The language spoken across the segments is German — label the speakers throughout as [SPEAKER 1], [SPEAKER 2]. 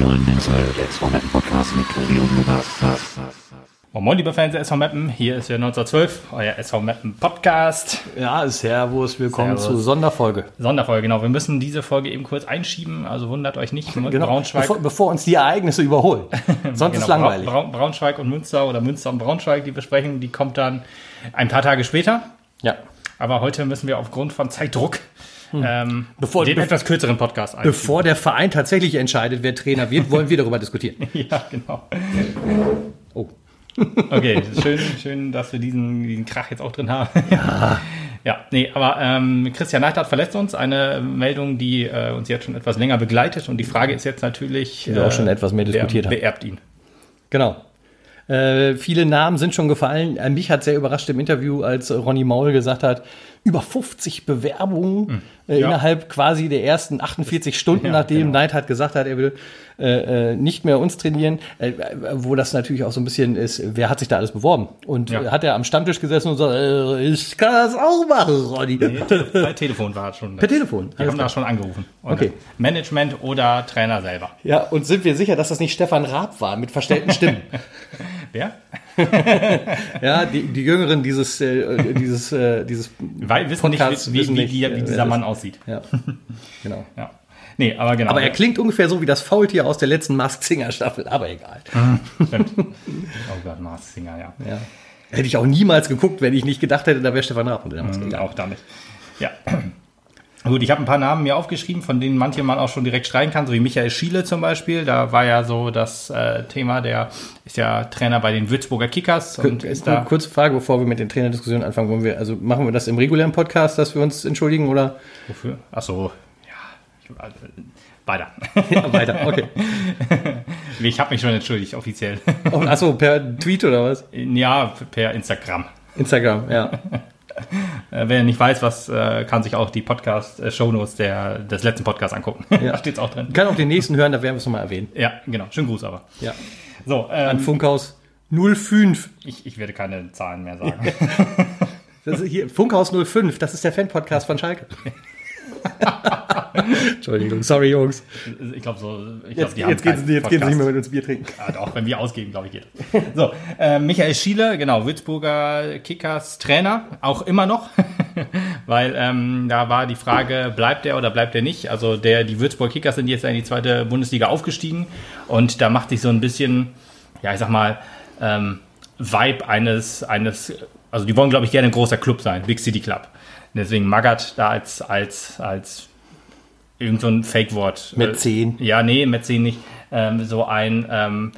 [SPEAKER 1] neuen Insel des Podcast mit Tobi und Lukas.
[SPEAKER 2] Moin Moin, liebe Fans der SV Meppen, hier ist wieder 1912, euer SV Meppen Podcast.
[SPEAKER 3] Ja, Servus, willkommen
[SPEAKER 2] Servus.
[SPEAKER 3] zur Sonderfolge.
[SPEAKER 2] Sonderfolge, genau. Wir müssen diese Folge eben kurz einschieben, also wundert euch nicht. Braunschweig,
[SPEAKER 3] Genau. Bevor, bevor uns die Ereignisse überholen. Sonst
[SPEAKER 2] genau,
[SPEAKER 3] ist langweilig.
[SPEAKER 2] Braun, Braunschweig und Münster oder Münster und Braunschweig, die Besprechung, die kommt dann ein paar Tage später.
[SPEAKER 3] Ja.
[SPEAKER 2] Aber heute müssen wir aufgrund von Zeitdruck ähm,
[SPEAKER 3] Hm. Bevor-
[SPEAKER 2] den
[SPEAKER 3] bev-
[SPEAKER 2] etwas kürzeren Podcast einschieben.
[SPEAKER 3] Bevor der Verein tatsächlich entscheidet, wer Trainer wird, wollen wir darüber diskutieren.
[SPEAKER 2] ja, genau.
[SPEAKER 3] Oh.
[SPEAKER 2] Okay, schön, schön, dass wir diesen, diesen Krach jetzt auch drin haben. Ja. Ja, nee, aber ähm, Christian Neidhardt verlässt uns. Eine Meldung, die äh, uns jetzt schon etwas länger begleitet. Und die Frage ist jetzt natürlich. äh,
[SPEAKER 3] wir auch schon etwas mehr diskutiert
[SPEAKER 2] wer
[SPEAKER 3] haben.
[SPEAKER 2] beerbt ihn?
[SPEAKER 3] Genau. Äh, viele Namen sind schon gefallen. Äh, Mich hat sehr überrascht im Interview, als Ronny Maul gesagt hat, über 50 Bewerbungen äh,
[SPEAKER 2] Hm. ja.
[SPEAKER 3] innerhalb quasi der ersten 48 Stunden,
[SPEAKER 2] Ja,
[SPEAKER 3] nachdem
[SPEAKER 2] genau.
[SPEAKER 3] Knight hat gesagt hat, er will äh, äh, nicht mehr uns trainieren, äh, wo das natürlich auch so ein bisschen ist, wer hat sich da alles beworben? Und
[SPEAKER 2] Ja.
[SPEAKER 3] äh, hat er am Stammtisch gesessen und sagt, äh, ich kann das auch machen, Ronny.
[SPEAKER 2] Per Telefon war es schon.
[SPEAKER 3] Per Telefon.
[SPEAKER 2] Wir
[SPEAKER 3] Alles
[SPEAKER 2] haben da schon angerufen. Und
[SPEAKER 3] Okay.
[SPEAKER 2] Management oder Trainer selber.
[SPEAKER 3] Ja, und sind wir sicher, dass das nicht Stefan Raab war mit verstellten Stimmen?
[SPEAKER 2] Wer?
[SPEAKER 3] ja, die, die Jüngeren dieses, äh, dieses, äh, dieses
[SPEAKER 2] Weil wissen
[SPEAKER 3] Podcasts
[SPEAKER 2] nicht, wie, wie,
[SPEAKER 3] wissen
[SPEAKER 2] wie,
[SPEAKER 3] nicht,
[SPEAKER 2] die, wie
[SPEAKER 3] äh,
[SPEAKER 2] dieser
[SPEAKER 3] wer
[SPEAKER 2] Mann
[SPEAKER 3] das-
[SPEAKER 2] aussieht.
[SPEAKER 3] Ja, genau.
[SPEAKER 2] Ja. Nee, aber genau.
[SPEAKER 3] Aber er klingt ungefähr so wie das Faultier aus der letzten Mask Singer Staffel, aber egal.
[SPEAKER 2] Mhm. Stimmt. Oh Gott, Mars Singer, ja.
[SPEAKER 3] Ja. Hätte ich auch niemals geguckt, wenn ich nicht gedacht hätte, da wäre Stefan Raab unter der Maske.
[SPEAKER 2] Mhm, Auch damit. Ja. Gut, ich habe ein paar Namen mir aufgeschrieben, von denen manche man auch schon direkt schreien kann, so wie Michael Schiele zum Beispiel. Da war ja so das äh, Thema, der ist ja Trainer bei den Würzburger Kickers und ist da.
[SPEAKER 3] Kurze Frage, bevor wir mit den Trainerdiskussionen anfangen, wollen wir, also machen wir das im regulären Podcast, dass wir uns entschuldigen oder
[SPEAKER 2] Wofür? Achso, ja. Ich, also, weiter.
[SPEAKER 3] ja, weiter? Okay.
[SPEAKER 2] Ich habe mich schon entschuldigt, offiziell.
[SPEAKER 3] Oh, Achso, per Tweet oder was?
[SPEAKER 2] ja, per Instagram.
[SPEAKER 3] Instagram, ja.
[SPEAKER 2] Äh, wer nicht weiß, was, äh, kann sich auch die Podcast-Shownotes der des letzten Podcasts angucken.
[SPEAKER 3] Ja.
[SPEAKER 2] da steht's auch drin.
[SPEAKER 3] Kann auch den nächsten hören, da werden wir es nochmal erwähnen.
[SPEAKER 2] Ja, genau. Schönen Gruß aber.
[SPEAKER 3] Ja.
[SPEAKER 2] So,
[SPEAKER 3] An
[SPEAKER 2] ähm,
[SPEAKER 3] Funkhaus 05.
[SPEAKER 2] ich, ich werde keine Zahlen mehr sagen.
[SPEAKER 3] Das ist hier, Funkhaus 05, das ist der Fan-Podcast von Schalke. Entschuldigung, sorry Jungs.
[SPEAKER 2] Ich glaube, so, ich glaub,
[SPEAKER 3] Jetzt, jetzt, geht's, jetzt gehen sie nicht mehr mit uns Bier trinken.
[SPEAKER 2] Ah, doch, wenn wir ausgeben, glaube ich, geht das. So, äh, Michael Schiele, genau, Würzburger Kickers Trainer, auch immer noch, weil ähm, da war die Frage, bleibt er oder bleibt er nicht? Also der, die Würzburger Kickers sind jetzt in die zweite Bundesliga aufgestiegen und da macht sich so ein bisschen, ja, ich sag mal, ähm, Vibe eines, eines, also die wollen, glaube ich, gerne ein großer Club sein, Big City Club. Deswegen Magath da als, als, als irgend so ein Fake-Wort.
[SPEAKER 3] Mäzen.
[SPEAKER 2] Äh, ja, nee, Mäzen nicht. Ähm, so ein ähm,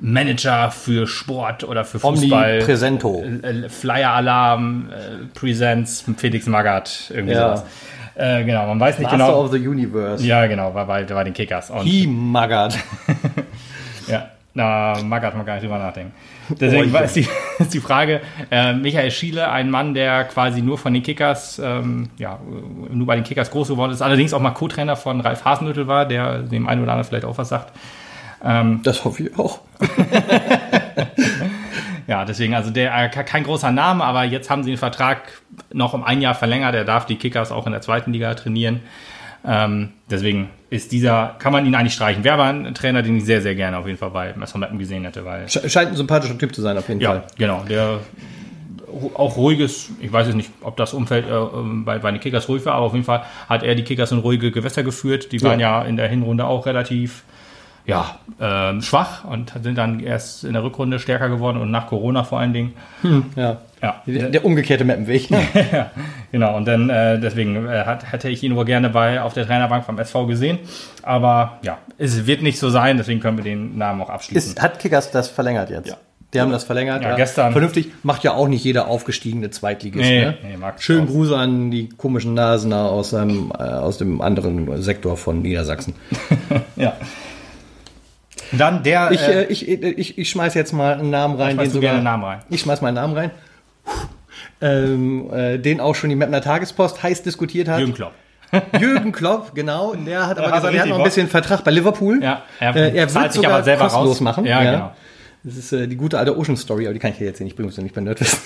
[SPEAKER 2] Manager für Sport oder für Fußball.
[SPEAKER 3] Omnipräsento.
[SPEAKER 2] Äh, Flyer-Alarm, äh, Presents, Felix Magath, irgendwie
[SPEAKER 3] Ja.
[SPEAKER 2] sowas. Äh, genau, man weiß nicht
[SPEAKER 3] Master
[SPEAKER 2] genau.
[SPEAKER 3] of the Universe.
[SPEAKER 2] Ja, genau, bei, bei, bei den Kickers. Und,
[SPEAKER 3] Die Magat.
[SPEAKER 2] Ja, na, Magath man gar nicht drüber nachdenken. Deswegen
[SPEAKER 3] Oh,
[SPEAKER 2] war- ist, die, ist die Frage, äh, Michael Schiele, ein Mann, der quasi nur von den Kickers, ähm, ja, nur bei den Kickers groß geworden ist, allerdings auch mal Co-Trainer von Ralf Hasenhüttl war, der dem einen oder anderen vielleicht auch was sagt.
[SPEAKER 3] Das hoffe ich auch.
[SPEAKER 2] Ja, deswegen, also der äh, kein großer Name, aber jetzt haben sie den Vertrag noch um ein Jahr verlängert. Er darf die Kickers auch in der zweiten Liga trainieren. Ähm, deswegen ist dieser, kann man ihn eigentlich streichen. Wäre aber ein Trainer, den ich sehr, sehr gerne auf jeden Fall bei Messer Mappen gesehen hätte, weil
[SPEAKER 3] Sche- Scheint ein sympathischer Typ zu sein, auf jeden
[SPEAKER 2] Ja,
[SPEAKER 3] Fall.
[SPEAKER 2] genau. Der ru- auch ruhiges, ich weiß jetzt nicht, ob das Umfeld äh, ähm, bei, bei den Kickers ruhig war, aber auf jeden Fall hat er die Kickers in ruhige Gewässer geführt. Die waren ja, in der Hinrunde auch relativ ja, ähm, schwach und sind dann erst in der Rückrunde stärker geworden und nach Corona vor allen Dingen.
[SPEAKER 3] Ja.
[SPEAKER 2] Ja,
[SPEAKER 3] Der, der umgekehrte Mappenweg.
[SPEAKER 2] genau. Und dann äh, deswegen äh, hat, hätte ich ihn wohl gerne bei auf der Trainerbank vom SV gesehen. Aber ja, es wird nicht so sein, deswegen können wir den Namen auch abschließen.
[SPEAKER 3] Ist, hat Kickers das verlängert jetzt?
[SPEAKER 2] Ja.
[SPEAKER 3] Die haben das verlängert.
[SPEAKER 2] Ja, gestern.
[SPEAKER 3] Vernünftig macht ja auch nicht jeder aufgestiegene Zweitligist.
[SPEAKER 2] Nee,
[SPEAKER 3] ne?
[SPEAKER 2] nee, mag ich
[SPEAKER 3] Schönen
[SPEAKER 2] auch.
[SPEAKER 3] Gruß an die komischen Nasener aus, seinem, äh, aus dem anderen Sektor von Niedersachsen.
[SPEAKER 2] ja. Dann der
[SPEAKER 3] Ich,
[SPEAKER 2] äh,
[SPEAKER 3] äh, ich, äh, ich, ich schmeiß jetzt mal einen Namen rein.
[SPEAKER 2] schmeißt du gerne einen Namen rein.
[SPEAKER 3] Ich schmeiß mal einen Namen rein. Ähm, äh, den auch schon die Mapner Tagespost heiß diskutiert hat.
[SPEAKER 2] Jürgen Klopp.
[SPEAKER 3] Jürgen Klopp, genau. Der hat
[SPEAKER 2] hat er
[SPEAKER 3] aber gesagt, er hat
[SPEAKER 2] richtig
[SPEAKER 3] noch ein
[SPEAKER 2] Bock.
[SPEAKER 3] bisschen Vertrag bei Liverpool.
[SPEAKER 2] Ja, er
[SPEAKER 3] er, äh, er
[SPEAKER 2] zahlt
[SPEAKER 3] wird
[SPEAKER 2] sich
[SPEAKER 3] sogar
[SPEAKER 2] aber selber
[SPEAKER 3] kostenlos
[SPEAKER 2] raus.
[SPEAKER 3] machen.
[SPEAKER 2] Ja, genau.
[SPEAKER 3] Das ist äh, die gute alte Ocean Story, aber die kann ich dir jetzt hier nicht bringen, wenn ich bei Nerdwissen.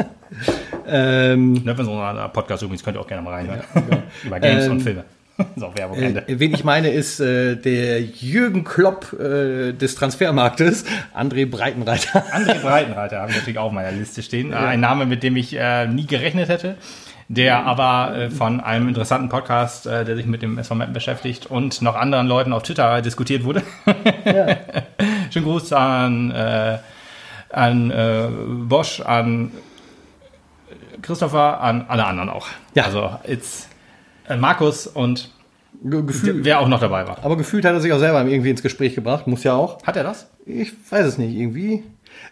[SPEAKER 3] ähm,
[SPEAKER 2] Ne, wenn so ein anderer Podcast übrigens könnt ihr auch gerne mal reinhören. Über Games
[SPEAKER 3] Ähm,
[SPEAKER 2] und Filme. so, Werbung Ende.
[SPEAKER 3] Äh, wen ich meine, ist äh, der Jürgen Klopp äh, des Transfermarktes, André Breitenreiter.
[SPEAKER 2] André Breitenreiter habe ich natürlich auch auf meiner Liste stehen. Äh, Ein Name, mit dem ich äh, nie gerechnet hätte, der aber äh, von einem interessanten Podcast, äh, der sich mit dem SV Mappen beschäftigt und noch anderen Leuten auf Twitter diskutiert wurde. Schönen Gruß an, äh, an äh, Bosch, an Christopher, an alle anderen auch.
[SPEAKER 3] Ja.
[SPEAKER 2] Also it's äh, Markus und
[SPEAKER 3] Ge- Gefühl,
[SPEAKER 2] wer auch noch dabei war.
[SPEAKER 3] aber gefühlt hat er sich auch selber irgendwie ins Gespräch gebracht, muss ja auch.
[SPEAKER 2] Hat er das?
[SPEAKER 3] Ich weiß es nicht, irgendwie.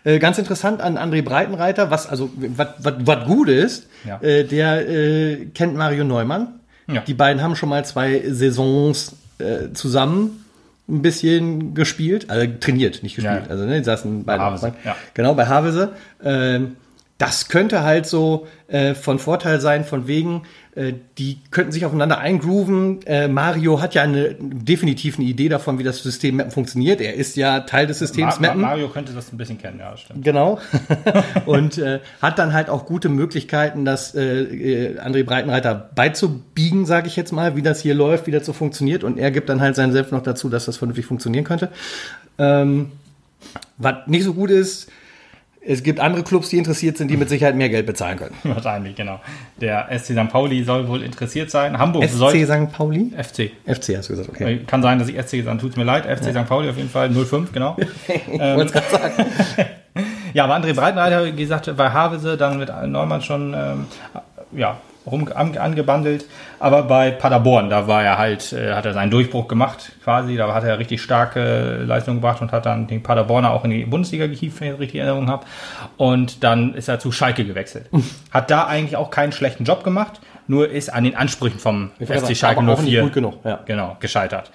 [SPEAKER 3] Äh, ganz interessant an André Breitenreiter, was also was- was was gut ist,
[SPEAKER 2] Ja.
[SPEAKER 3] äh, der äh, kennt Mario Neumann.
[SPEAKER 2] Ja.
[SPEAKER 3] Die beiden haben schon mal zwei Saisons äh, zusammen ein bisschen gespielt, also trainiert, nicht gespielt.
[SPEAKER 2] Ja.
[SPEAKER 3] Also ne, die saßen beide auf der
[SPEAKER 2] Havelse,
[SPEAKER 3] Bank.
[SPEAKER 2] ja.
[SPEAKER 3] Genau, bei Havelse. Ähm, das könnte halt so äh, von Vorteil sein, von wegen, äh, die könnten sich aufeinander eingrooven. Äh, Mario hat ja eine, definitiv eine Idee davon, wie das System Mappen funktioniert. Er ist ja Teil des Systems
[SPEAKER 2] Ma Ma
[SPEAKER 3] Mappen.
[SPEAKER 2] Mario könnte das ein bisschen kennen, ja, das stimmt.
[SPEAKER 3] Genau. und äh, hat dann halt auch gute Möglichkeiten, das äh, äh, André Breitenreiter beizubiegen, sage ich jetzt mal, wie das hier läuft, wie das so funktioniert. Und er gibt dann halt seinen Selbst noch dazu, dass das vernünftig funktionieren könnte. Ähm, was nicht so gut ist, es gibt andere Clubs, die interessiert sind, die mit Sicherheit mehr Geld bezahlen können.
[SPEAKER 2] Wahrscheinlich, genau. Der SC St. Pauli soll wohl interessiert sein. Hamburg
[SPEAKER 3] FC
[SPEAKER 2] soll.
[SPEAKER 3] St. Pauli?
[SPEAKER 2] FC.
[SPEAKER 3] FC hast du gesagt, okay.
[SPEAKER 2] Äh, Kann sein, dass ich SC gesagt habe. Tut mir leid. FC St. Pauli auf jeden Fall. 05, genau. ähm, ja, aber André Breitenreiter, wie gesagt, bei Havese, dann mit Neumann schon ähm, ja, rum, an, angebandelt. Aber bei Paderborn, da war er halt, äh, hat er seinen Durchbruch gemacht quasi. Da hat er richtig starke Leistung gebracht und hat dann den Paderborner auch in die Bundesliga gehievt, wenn ich richtig Erinnerung habe. Und dann ist er zu Schalke gewechselt. Hat da eigentlich auch keinen schlechten Job gemacht, nur ist an den Ansprüchen vom FC Schalke
[SPEAKER 3] Aber auch nicht
[SPEAKER 2] 04
[SPEAKER 3] gut genug. Ja.
[SPEAKER 2] genau, gescheitert.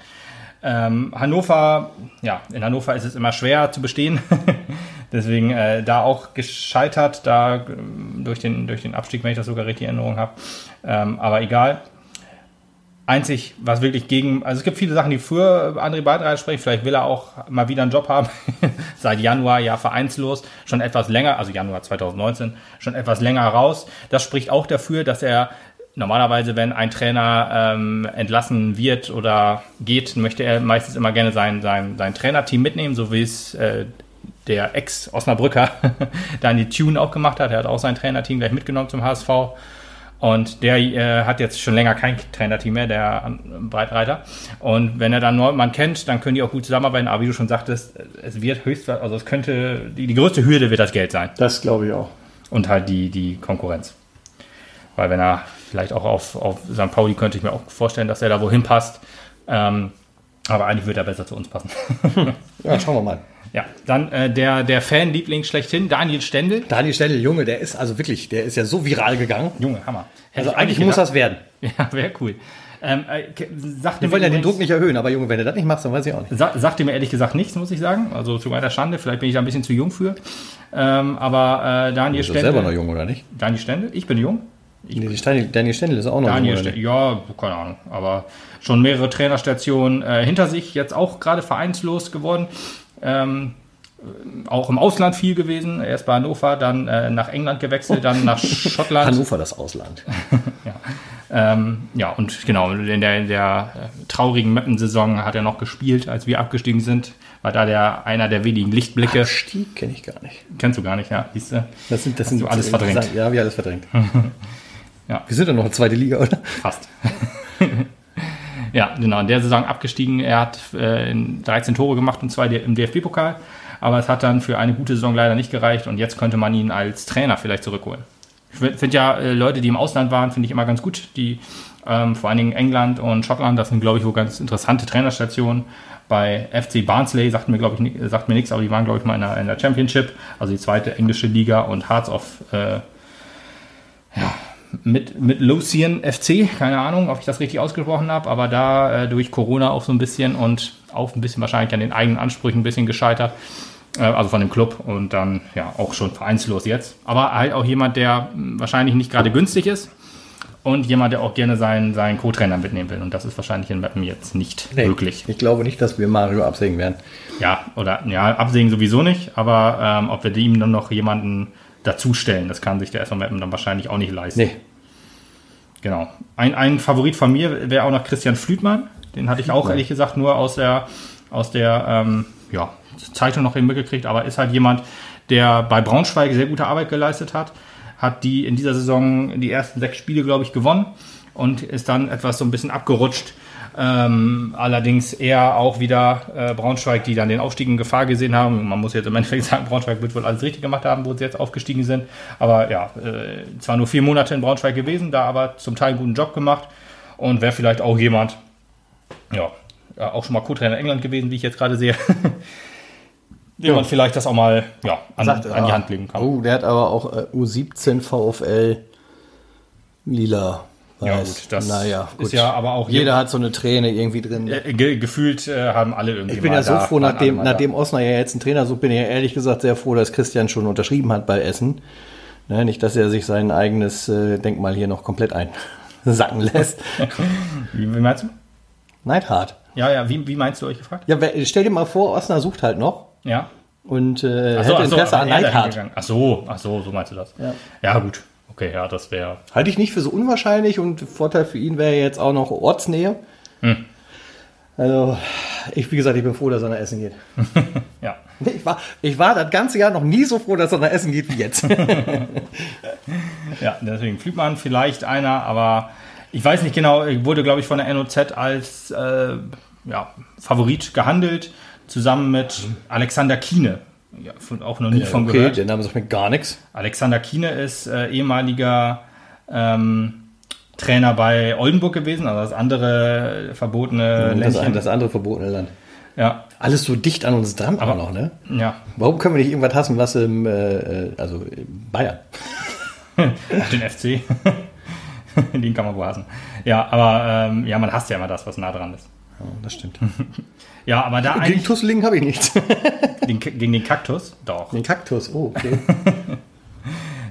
[SPEAKER 2] Ähm, Hannover, ja, in Hannover ist es immer schwer zu bestehen. Deswegen äh, da auch gescheitert, da ähm, durch den, durch den Abstieg, wenn ich das sogar richtig in Erinnerung habe. Ähm, aber egal. Einzig, was wirklich gegen, also es gibt viele Sachen, die für André Beitreit sprechen. Vielleicht will er auch mal wieder einen Job haben. Seit Januar ja vereinslos, schon etwas länger, also Januar 2019, schon etwas länger raus. Das spricht auch dafür, dass er normalerweise, wenn ein Trainer ähm, entlassen wird oder geht, möchte er meistens immer gerne sein, sein, sein Trainerteam mitnehmen, so wie es äh, der Ex-Osnabrücker dann die Tune auch gemacht hat. Er hat auch sein Trainerteam gleich mitgenommen zum HSV. Und der äh, hat jetzt schon länger kein Trainerteam mehr, der ähm, Breitreiter. Und wenn er dann Neumann kennt, dann können die auch gut zusammenarbeiten. Aber wie du schon sagtest, es wird höchst, also es könnte, die, die größte Hürde wird das Geld sein.
[SPEAKER 3] Das glaube ich auch.
[SPEAKER 2] Und halt die, die Konkurrenz. Weil wenn er vielleicht auch auf, auf St. Pauli könnte ich mir auch vorstellen, dass er da wohin passt. Ähm, aber eigentlich würde er besser zu uns passen.
[SPEAKER 3] Ja, schauen wir mal.
[SPEAKER 2] ja, dann äh, der, der Fanliebling schlechthin, Daniel Stendel.
[SPEAKER 3] Daniel Stelle, Junge, der ist also wirklich, der ist ja so viral gegangen.
[SPEAKER 2] Junge, Hammer. Hätte
[SPEAKER 3] Also
[SPEAKER 2] ich
[SPEAKER 3] eigentlich muss
[SPEAKER 2] gedacht.
[SPEAKER 3] das werden.
[SPEAKER 2] Ja, wäre cool. Ähm, äh, ke- sagt
[SPEAKER 3] Wir
[SPEAKER 2] mir
[SPEAKER 3] wollen ja den
[SPEAKER 2] übrigens-
[SPEAKER 3] Druck nicht erhöhen, aber Junge, wenn du das nicht machst, dann weiß ich auch nicht.
[SPEAKER 2] Sa sagte mir ehrlich gesagt nichts, muss ich sagen. Also zu meiner Schande, vielleicht bin ich da ein bisschen zu jung für. Ähm, aber äh, Daniel
[SPEAKER 3] Ist doch Also selber noch
[SPEAKER 2] Stendel.
[SPEAKER 3] jung, oder nicht?
[SPEAKER 2] Daniel Stendel, ich bin jung.
[SPEAKER 3] Nee, die Steine, Daniel Stendel ist auch noch
[SPEAKER 2] Daniel
[SPEAKER 3] jung. oder
[SPEAKER 2] Stendel,
[SPEAKER 3] nicht?
[SPEAKER 2] ja, keine Ahnung. Aber schon mehrere Trainerstationen äh, hinter sich, jetzt auch gerade vereinslos geworden. Ähm, äh, auch im Ausland viel gewesen. Erst bei Hannover, dann äh, nach England gewechselt, dann nach Schottland.
[SPEAKER 3] Hannover, das Ausland.
[SPEAKER 2] Ähm, ja, und genau, in der, in der äh, traurigen Mappen-Saison hat er noch gespielt, als wir abgestiegen sind. War da der, einer der wenigen Lichtblicke.
[SPEAKER 3] Stieg kenne ich gar nicht.
[SPEAKER 2] Kennst du gar nicht, ja, siehst du?
[SPEAKER 3] Das sind, das
[SPEAKER 2] Hast du alles verdrängt.
[SPEAKER 3] Ja, wir alles verdrängt.
[SPEAKER 2] Ja.
[SPEAKER 3] Wir sind doch noch zweite Liga, oder?
[SPEAKER 2] Fast. ja, genau, in der Saison abgestiegen. Er hat äh, in 13 Tore gemacht und zwei im DFB-Pokal. Aber es hat dann für eine gute Saison leider nicht gereicht und jetzt könnte man ihn als Trainer vielleicht zurückholen. Ich finde ja, äh, Leute, die im Ausland waren, finde ich immer ganz gut. Die ähm, vor allen Dingen England und Schottland, das sind, glaube ich, wohl ganz interessante Trainerstationen. Bei FC Barnsley sagt mir, glaube ich, ni- sagt mir nichts, aber die waren, glaube ich, mal in der, in der Championship, also die zweite englische Liga und Hearts of äh, mit, mit Lucien FC, keine Ahnung, ob ich das richtig ausgesprochen habe, aber da äh, durch Corona auch so ein bisschen und auch ein bisschen wahrscheinlich an den eigenen Ansprüchen ein bisschen gescheitert, äh, also von dem Club und dann ja auch schon vereinslos jetzt. Aber halt auch jemand, der mh, wahrscheinlich nicht gerade günstig ist und jemand, der auch gerne seinen, seinen Co-Trainer mitnehmen will und das ist wahrscheinlich in Mappen jetzt nicht möglich.
[SPEAKER 3] Ich glaube nicht, dass wir Mario absägen werden.
[SPEAKER 2] Ja, oder ja, absägen sowieso nicht, aber ähm, ob wir ihm dann noch jemanden dazustellen, das kann sich der SV Mappen dann wahrscheinlich auch nicht leisten.
[SPEAKER 3] Nee.
[SPEAKER 2] Genau. Ein, ein Favorit von mir wäre auch noch Christian Flütmann. Den hatte ich auch ehrlich gesagt nur aus der, aus der ähm, ja, Zeitung noch eben mitgekriegt, aber ist halt jemand, der bei Braunschweig sehr gute Arbeit geleistet hat. Hat die in dieser Saison die ersten sechs Spiele, glaube ich, gewonnen und ist dann etwas so ein bisschen abgerutscht. Ähm, allerdings eher auch wieder äh, Braunschweig, die dann den Aufstieg in Gefahr gesehen haben. Man muss jetzt im Endeffekt sagen, Braunschweig wird wohl alles richtig gemacht haben, wo sie jetzt aufgestiegen sind. Aber ja, äh, zwar nur vier Monate in Braunschweig gewesen, da aber zum Teil einen guten Job gemacht und wäre vielleicht auch jemand, ja, ja, auch schon mal Co-Trainer England gewesen, wie ich jetzt gerade sehe. Dem man vielleicht das auch mal ja, an,
[SPEAKER 4] Sagt er,
[SPEAKER 2] an die
[SPEAKER 4] ah,
[SPEAKER 2] Hand legen kann.
[SPEAKER 3] Oh, der hat aber auch äh, U17 VfL lila.
[SPEAKER 2] Ja,
[SPEAKER 3] weiß.
[SPEAKER 2] gut, das
[SPEAKER 3] naja,
[SPEAKER 2] ist
[SPEAKER 3] gut.
[SPEAKER 2] ja aber auch
[SPEAKER 3] Jeder hat so eine Träne irgendwie drin.
[SPEAKER 2] Äh, Ge gefühlt äh, haben alle irgendwie.
[SPEAKER 4] Ich bin
[SPEAKER 2] mal
[SPEAKER 4] ja so
[SPEAKER 2] da-
[SPEAKER 4] froh,
[SPEAKER 2] waren alle
[SPEAKER 4] nachdem,
[SPEAKER 2] mal da.
[SPEAKER 4] nachdem
[SPEAKER 3] Im Osner ja jetzt einen Trainer sucht, bin ich ja ehrlich gesagt sehr froh, dass Christian schon unterschrieben hat bei Essen. Ne, nicht, dass er sich sein eigenes äh, Denkmal hier noch komplett einsacken lässt.
[SPEAKER 2] Wie, wie meinst du?
[SPEAKER 3] Neidhardt.
[SPEAKER 2] Ja, ja, wie, wie meinst du euch gefragt?
[SPEAKER 3] Ja, wer- stell dir mal vor, Osner sucht halt noch
[SPEAKER 2] Ja.
[SPEAKER 3] und äh,
[SPEAKER 2] Ach so,
[SPEAKER 3] hätte
[SPEAKER 2] ach so,
[SPEAKER 3] Interesse
[SPEAKER 2] aber
[SPEAKER 3] an
[SPEAKER 2] er ist da
[SPEAKER 3] Neidhardt.
[SPEAKER 2] hingegangen. Ach so, ach so, so meinst du das. Ja, gut. Okay, ja, das wäre.
[SPEAKER 3] Halte ich nicht für so unwahrscheinlich und Vorteil für ihn wäre jetzt auch noch Ortsnähe.
[SPEAKER 2] Hm.
[SPEAKER 3] Also, ich, wie gesagt, ich bin froh, dass er nach Essen geht.
[SPEAKER 2] Ja.
[SPEAKER 3] Ich war, ich war das ganze Jahr noch nie so froh, dass er nach Essen geht wie jetzt.
[SPEAKER 2] ja, deswegen Flügmann vielleicht einer, aber ich weiß nicht genau, wurde, glaube ich, von der NOZ als äh, ja, Favorit gehandelt, zusammen mit Alexander Kiene. Ja, von- auch noch nie von
[SPEAKER 3] okay,
[SPEAKER 2] gehört.
[SPEAKER 3] der Name sagt mir gar nichts.
[SPEAKER 2] Alexander Kiene ist äh, ehemaliger ähm, Trainer bei Oldenburg gewesen, also das andere verbotene Äh,
[SPEAKER 3] Das,
[SPEAKER 2] Ländchen.
[SPEAKER 3] das andere verbotene Land.
[SPEAKER 2] Ja,
[SPEAKER 3] Alles so dicht an uns dran aber noch, ne?
[SPEAKER 2] ja.
[SPEAKER 3] Warum können wir nicht irgendwas hassen, was im, äh, äh, also in Bayern?
[SPEAKER 2] Den FC. Den kann man wohl hassen. Ja, aber ähm, ja, man hasst ja immer das, was nah dran ist.
[SPEAKER 3] das stimmt.
[SPEAKER 2] Ja, aber da
[SPEAKER 3] Gegen
[SPEAKER 2] eigentlich
[SPEAKER 3] Tusslingen habe ich nichts.
[SPEAKER 2] den, gegen den Kaktus, doch.
[SPEAKER 3] Den Kaktus, oh, okay.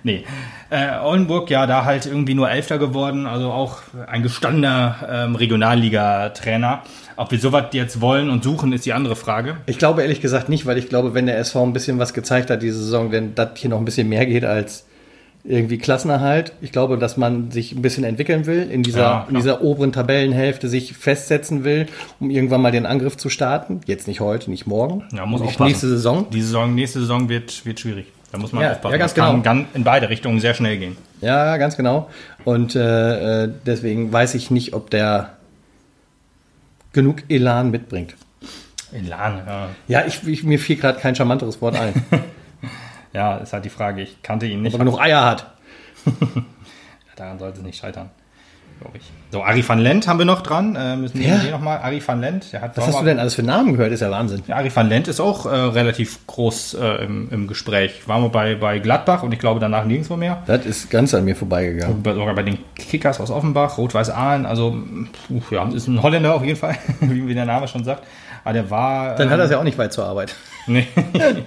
[SPEAKER 2] Nee. Äh, Oldenburg, ja, da halt irgendwie nur Elfter geworden, also auch ein gestandener ähm, Regionalliga-Trainer. Ob wir sowas jetzt wollen und suchen, ist die andere Frage.
[SPEAKER 3] Ich glaube ehrlich gesagt nicht, weil ich glaube, wenn der SV ein bisschen was gezeigt hat diese Saison, denn das hier noch ein bisschen mehr geht als irgendwie Klassenerhalt. Ich glaube, dass man sich ein bisschen entwickeln will, in dieser,
[SPEAKER 2] Ja, klar.
[SPEAKER 3] in dieser oberen Tabellenhälfte sich festsetzen will, um irgendwann mal den Angriff zu starten. Jetzt nicht heute, nicht morgen.
[SPEAKER 2] Ja, muss
[SPEAKER 3] nicht
[SPEAKER 2] aufpassen.
[SPEAKER 3] nächste Saison.
[SPEAKER 2] Die Saison, nächste Saison wird, wird schwierig. Da muss man
[SPEAKER 3] Ja,
[SPEAKER 2] aufpassen.
[SPEAKER 3] ja, ganz
[SPEAKER 2] das kann
[SPEAKER 3] genau.
[SPEAKER 2] gan- in beide Richtungen sehr schnell gehen.
[SPEAKER 3] Ja, ganz genau. Und äh, äh, deswegen weiß ich nicht, ob der genug Elan mitbringt.
[SPEAKER 2] Elan, ja.
[SPEAKER 3] Ja, ich, ich, mir fiel gerade kein charmanteres Wort ein.
[SPEAKER 2] ja, ist halt die Frage. Ich kannte ihn nicht.
[SPEAKER 3] Ob er genug Eier hat.
[SPEAKER 2] Daran sollte es nicht scheitern. Glaube ich. So, Ari van Lent haben wir noch dran. Äh, müssen wir
[SPEAKER 3] Ja.
[SPEAKER 2] hier nochmal. Ari van Lent, der hat
[SPEAKER 3] Was hast du denn alles für Namen gehört? Ist ja Wahnsinn.
[SPEAKER 2] Ja, Ari van Lent ist auch äh, relativ groß äh, im, im Gespräch. Waren wir bei, bei Gladbach und ich glaube danach nirgendwo mehr.
[SPEAKER 3] Das ist ganz an mir vorbeigegangen.
[SPEAKER 2] Bei- Sogar bei den Kickers aus Offenbach, Rot-Weiß Aalen, also puh, ja, ist ein Holländer auf jeden Fall, wie, wie der Name schon sagt. Aber der war.
[SPEAKER 3] Dann
[SPEAKER 2] ähm,
[SPEAKER 3] hat er es ja auch nicht weit zur Arbeit.
[SPEAKER 2] Nee.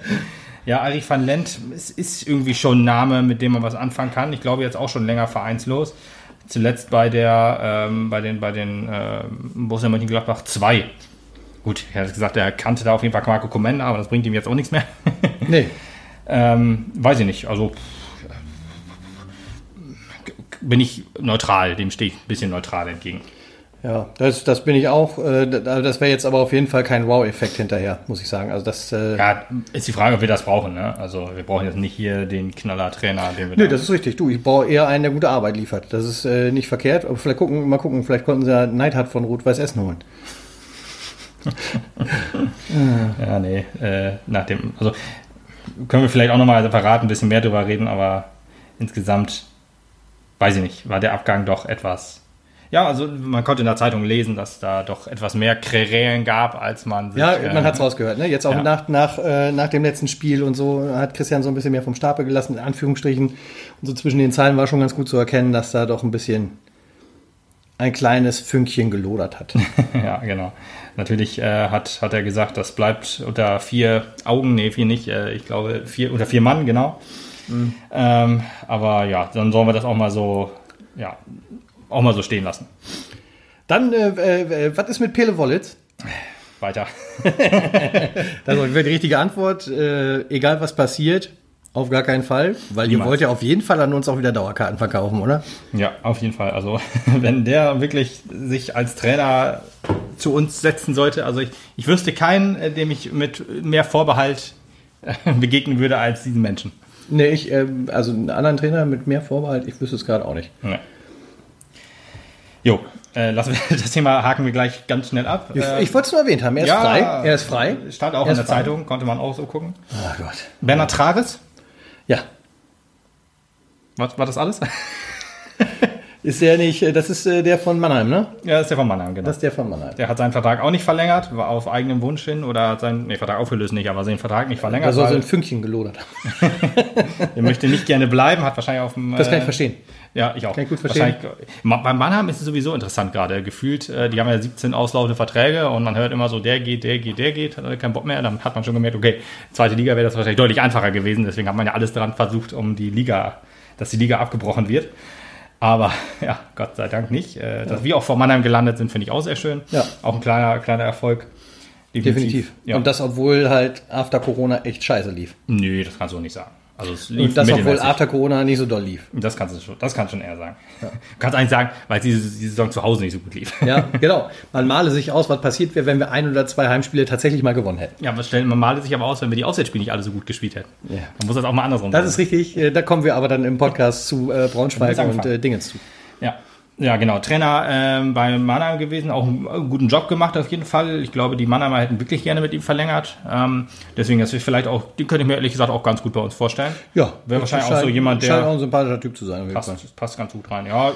[SPEAKER 2] ja, Ari van Lent ist, ist irgendwie schon ein Name, mit dem man was anfangen kann. Ich glaube, jetzt auch schon länger vereinslos. Zuletzt bei der, ähm, bei den, bei den ähm, Borussia Mönchengladbach 2. Gut, er hat gesagt, er kannte da auf jeden Fall Marco Comenda, aber das bringt ihm jetzt auch nichts mehr.
[SPEAKER 3] Nee.
[SPEAKER 2] ähm, weiß ich nicht, also pff, bin ich neutral, dem stehe ich ein bisschen neutral entgegen.
[SPEAKER 3] Ja, das, das bin ich auch. äh, da- Das wäre jetzt aber auf jeden Fall kein Wow-Effekt hinterher, muss ich sagen. Also das, äh,
[SPEAKER 2] Ja, ist die Frage, ob wir das brauchen. Ne? Also wir brauchen jetzt nicht hier den Knaller-Trainer, den wir
[SPEAKER 3] Nee,
[SPEAKER 2] da-
[SPEAKER 3] das ist richtig. Du, ich brauche eher einen, der gute Arbeit liefert. Das ist äh, nicht verkehrt. Aber vielleicht gucken, mal gucken, vielleicht konnten sie ja Neidhardt von Rot-Weiß Essen holen.
[SPEAKER 2] Ja, nee, äh, nach dem, also können wir vielleicht auch nochmal separat ein bisschen mehr drüber reden, aber insgesamt, weiß ich nicht, war der Abgang doch etwas. Ja, also man konnte in der Zeitung lesen, dass da doch etwas mehr Krähen gab, als man sich.
[SPEAKER 3] Ja,
[SPEAKER 2] äh,
[SPEAKER 3] man hat's rausgehört. Ne? Jetzt auch
[SPEAKER 2] ja.
[SPEAKER 3] nach, nach, äh, nach dem letzten Spiel und so hat Christian so ein bisschen mehr vom Stapel gelassen, in Anführungsstrichen. Und so zwischen den Zeilen war schon ganz gut zu erkennen, dass da doch ein bisschen ein kleines Fünkchen gelodert hat.
[SPEAKER 2] Ja, genau. Natürlich äh, hat, hat er gesagt, das bleibt unter vier Augen, nee, vier nicht, äh, ich glaube, vier, unter vier Mann, genau.
[SPEAKER 3] Mhm.
[SPEAKER 2] Ähm, aber ja, dann sollen wir das auch mal so, ja, auch mal so stehen lassen.
[SPEAKER 3] Dann, äh, äh, äh, was ist mit Pele Wollitz?
[SPEAKER 2] Weiter.
[SPEAKER 3] Das war die richtige Antwort. Äh, egal was passiert, Auf gar keinen Fall, weil ihr
[SPEAKER 2] Niemals.
[SPEAKER 3] wollt ja auf jeden Fall an uns auch wieder Dauerkarten verkaufen, oder?
[SPEAKER 2] Ja, auf jeden Fall. Also, wenn der wirklich sich als Trainer zu uns setzen sollte, also ich, ich wüsste keinen, äh, dem ich mit mehr Vorbehalt äh, begegnen würde als diesen Menschen.
[SPEAKER 3] Nee, ich, ähm, also einen anderen Trainer mit mehr Vorbehalt, ich wüsste es gerade auch nicht.
[SPEAKER 2] Ja. Jo, äh, lassen wir das Thema haken wir gleich ganz schnell ab. Ähm,
[SPEAKER 3] Ich, ich wollte es nur erwähnt haben, er ist
[SPEAKER 2] ja,
[SPEAKER 3] frei. Er Ähm, ist frei.
[SPEAKER 2] Stand auch in
[SPEAKER 3] Er ist
[SPEAKER 2] der
[SPEAKER 3] frei.
[SPEAKER 2] Zeitung, konnte man auch so gucken.
[SPEAKER 3] Oh Gott.
[SPEAKER 2] Bernhard Trares,
[SPEAKER 3] Ja.
[SPEAKER 2] war, war das alles?
[SPEAKER 3] Ist der nicht, äh, das ist äh, der von Mannheim, ne?
[SPEAKER 2] ja, ist der von Mannheim, genau.
[SPEAKER 3] Das ist der von Mannheim.
[SPEAKER 2] der hat seinen Vertrag auch nicht verlängert, war auf eigenem Wunsch hin oder hat seinen nee, Vertrag aufgelöst nicht, aber seinen Vertrag nicht verlängert.
[SPEAKER 3] Da soll Also so
[SPEAKER 2] weil- Äh,
[SPEAKER 3] ein Fünkchen gelodert haben.
[SPEAKER 2] Er möchte nicht gerne bleiben, hat wahrscheinlich auf dem.
[SPEAKER 3] Das kann
[SPEAKER 2] äh,
[SPEAKER 3] ich verstehen.
[SPEAKER 2] Ja, ich auch.
[SPEAKER 3] Kann ich gut verstehen.
[SPEAKER 2] Wahrscheinlich- Ma- Bei Mannheim ist es sowieso interessant gerade. Gefühlt, äh, die haben ja 17 auslaufende Verträge und man hört immer so, der geht, der geht, der geht, hat er keinen Bock mehr. Dann hat man schon gemerkt, okay, zweite Liga wäre das wahrscheinlich deutlich einfacher gewesen. Deswegen hat man ja alles daran versucht, um die Liga, dass die Liga abgebrochen wird. Aber ja, Gott sei Dank nicht. Äh, Dass wir auch vor Mannheim gelandet sind, finde ich auch sehr schön.
[SPEAKER 3] Ja.
[SPEAKER 2] Auch ein kleiner, kleiner Erfolg.
[SPEAKER 3] Definitiv.
[SPEAKER 2] Ja.
[SPEAKER 3] Und das, obwohl halt after Corona echt scheiße lief.
[SPEAKER 2] Nö, das kannst du nicht sagen. Also es lief
[SPEAKER 3] Und das, obwohl
[SPEAKER 2] mittelmäßig.
[SPEAKER 3] after Corona nicht so doll lief.
[SPEAKER 2] Das kannst du schon, das kannst schon eher sagen. Du kannst eigentlich sagen, weil diese, diese Saison zu Hause nicht so gut lief.
[SPEAKER 3] Ja, genau. Man male sich aus, was passiert wäre, wenn wir ein oder zwei Heimspiele tatsächlich mal gewonnen hätten.
[SPEAKER 2] Ja, aber stellen, man malt sich aber aus, wenn wir die Auswärtsspiele nicht alle so gut gespielt hätten.
[SPEAKER 3] Ja.
[SPEAKER 2] Man muss das auch mal andersrum
[SPEAKER 3] Das
[SPEAKER 2] sehen.
[SPEAKER 3] ist richtig. Äh, Da kommen wir aber dann im Podcast zu äh,
[SPEAKER 2] Wir haben jetzt
[SPEAKER 3] Braunschweig und äh,
[SPEAKER 2] angefangen.
[SPEAKER 3] Dingens zu.
[SPEAKER 2] Ja. Ja, genau. Trainer ähm, bei Mannheim gewesen, auch einen äh, guten Job gemacht auf jeden Fall. Ich glaube, die Mannheimer hätten wirklich gerne mit ihm verlängert. Ähm, deswegen, das wird vielleicht auch, die könnte ich mir ehrlich gesagt auch ganz gut bei uns vorstellen.
[SPEAKER 3] Ja.
[SPEAKER 2] Wäre wahrscheinlich auch
[SPEAKER 3] Scheint-
[SPEAKER 2] so jemand, der.
[SPEAKER 3] Scheint auch ein sympathischer Typ zu sein. auf jeden Fall.
[SPEAKER 2] passt, passt ganz gut rein. Ja,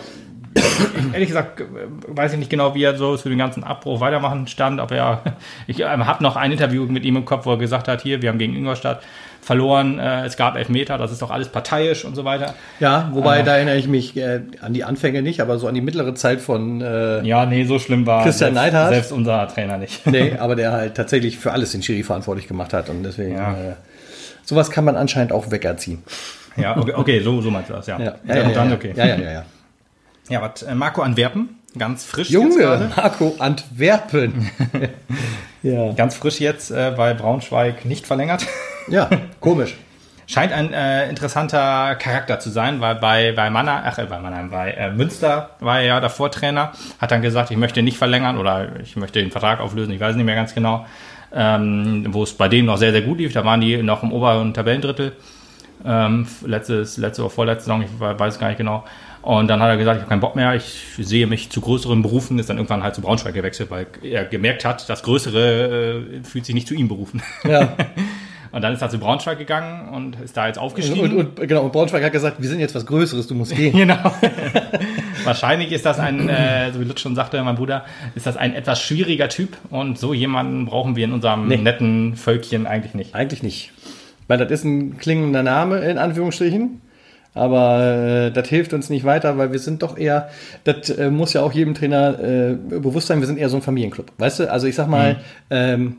[SPEAKER 2] ich, ehrlich gesagt, äh, weiß ich nicht genau, wie er so für den ganzen Abbruch weitermachen stand, aber ja, ich ähm, habe noch ein Interview mit ihm im Kopf, wo er gesagt hat, hier, wir haben gegen Ingolstadt verloren, äh, es gab Elfmeter, das ist doch alles parteiisch und so weiter.
[SPEAKER 3] Ja,
[SPEAKER 2] Ah.
[SPEAKER 3] wobei da erinnere ich mich äh, an die Anfänge nicht, aber so an die mittlere Zeit von. Äh,
[SPEAKER 2] Ja, nee, so schlimm war
[SPEAKER 3] Christian
[SPEAKER 2] selbst,
[SPEAKER 3] Neidhardt?
[SPEAKER 2] selbst unser Trainer nicht.
[SPEAKER 3] Nee, aber der halt tatsächlich für alles den Schiri verantwortlich gemacht hat und deswegen.
[SPEAKER 2] Ja.
[SPEAKER 3] Äh, sowas kann man anscheinend auch wegerziehen.
[SPEAKER 2] ja, okay, okay so, so meinst du das, ja. und dann, okay.
[SPEAKER 3] ja, ja, ja, ja.
[SPEAKER 2] Ja, was, äh, Marco Antwerpen, ganz frisch jetzt gerade.
[SPEAKER 3] Junge, Marco Antwerpen. ja.
[SPEAKER 2] Ganz frisch jetzt äh, bei Braunschweig nicht verlängert.
[SPEAKER 3] ja, komisch.
[SPEAKER 2] Scheint ein äh, interessanter Charakter zu sein, weil bei, bei Mannheim, ach, äh, bei Mannheim, bei äh, Münster war er ja davor Trainer, hat dann gesagt, ich möchte nicht verlängern oder ich möchte den Vertrag auflösen, ich weiß nicht mehr ganz genau, ähm, wo es bei denen noch sehr, sehr gut lief, da waren die noch im oberen Tabellendrittel, ähm, letztes, letzte oder vorletzte Saison, ich we- weiß es gar nicht genau. Und dann hat er gesagt, ich habe keinen Bock mehr, ich sehe mich zu größeren Berufen, ist dann irgendwann halt zu Braunschweig gewechselt, weil er gemerkt hat, das Größere äh, fühlt sich nicht zu ihm berufen.
[SPEAKER 3] Ja.
[SPEAKER 2] Und dann ist er zu Braunschweig gegangen und ist da jetzt aufgestiegen.
[SPEAKER 3] Und, und, genau, und Braunschweig hat gesagt, wir sind jetzt was Größeres, du musst gehen.
[SPEAKER 2] Genau. Wahrscheinlich ist das ein, äh, so wie Lutz schon sagte, mein Bruder, ist das ein etwas schwieriger Typ und so jemanden brauchen wir in unserem netten Völkchen eigentlich nicht.
[SPEAKER 3] Eigentlich nicht. Weil das ist ein klingender Name, in Anführungsstrichen. Aber äh, das hilft uns nicht weiter, weil wir sind doch eher, das äh, muss ja auch jedem Trainer äh, bewusst sein, wir sind eher so ein Familienclub. Weißt du, also ich sag mal, ähm,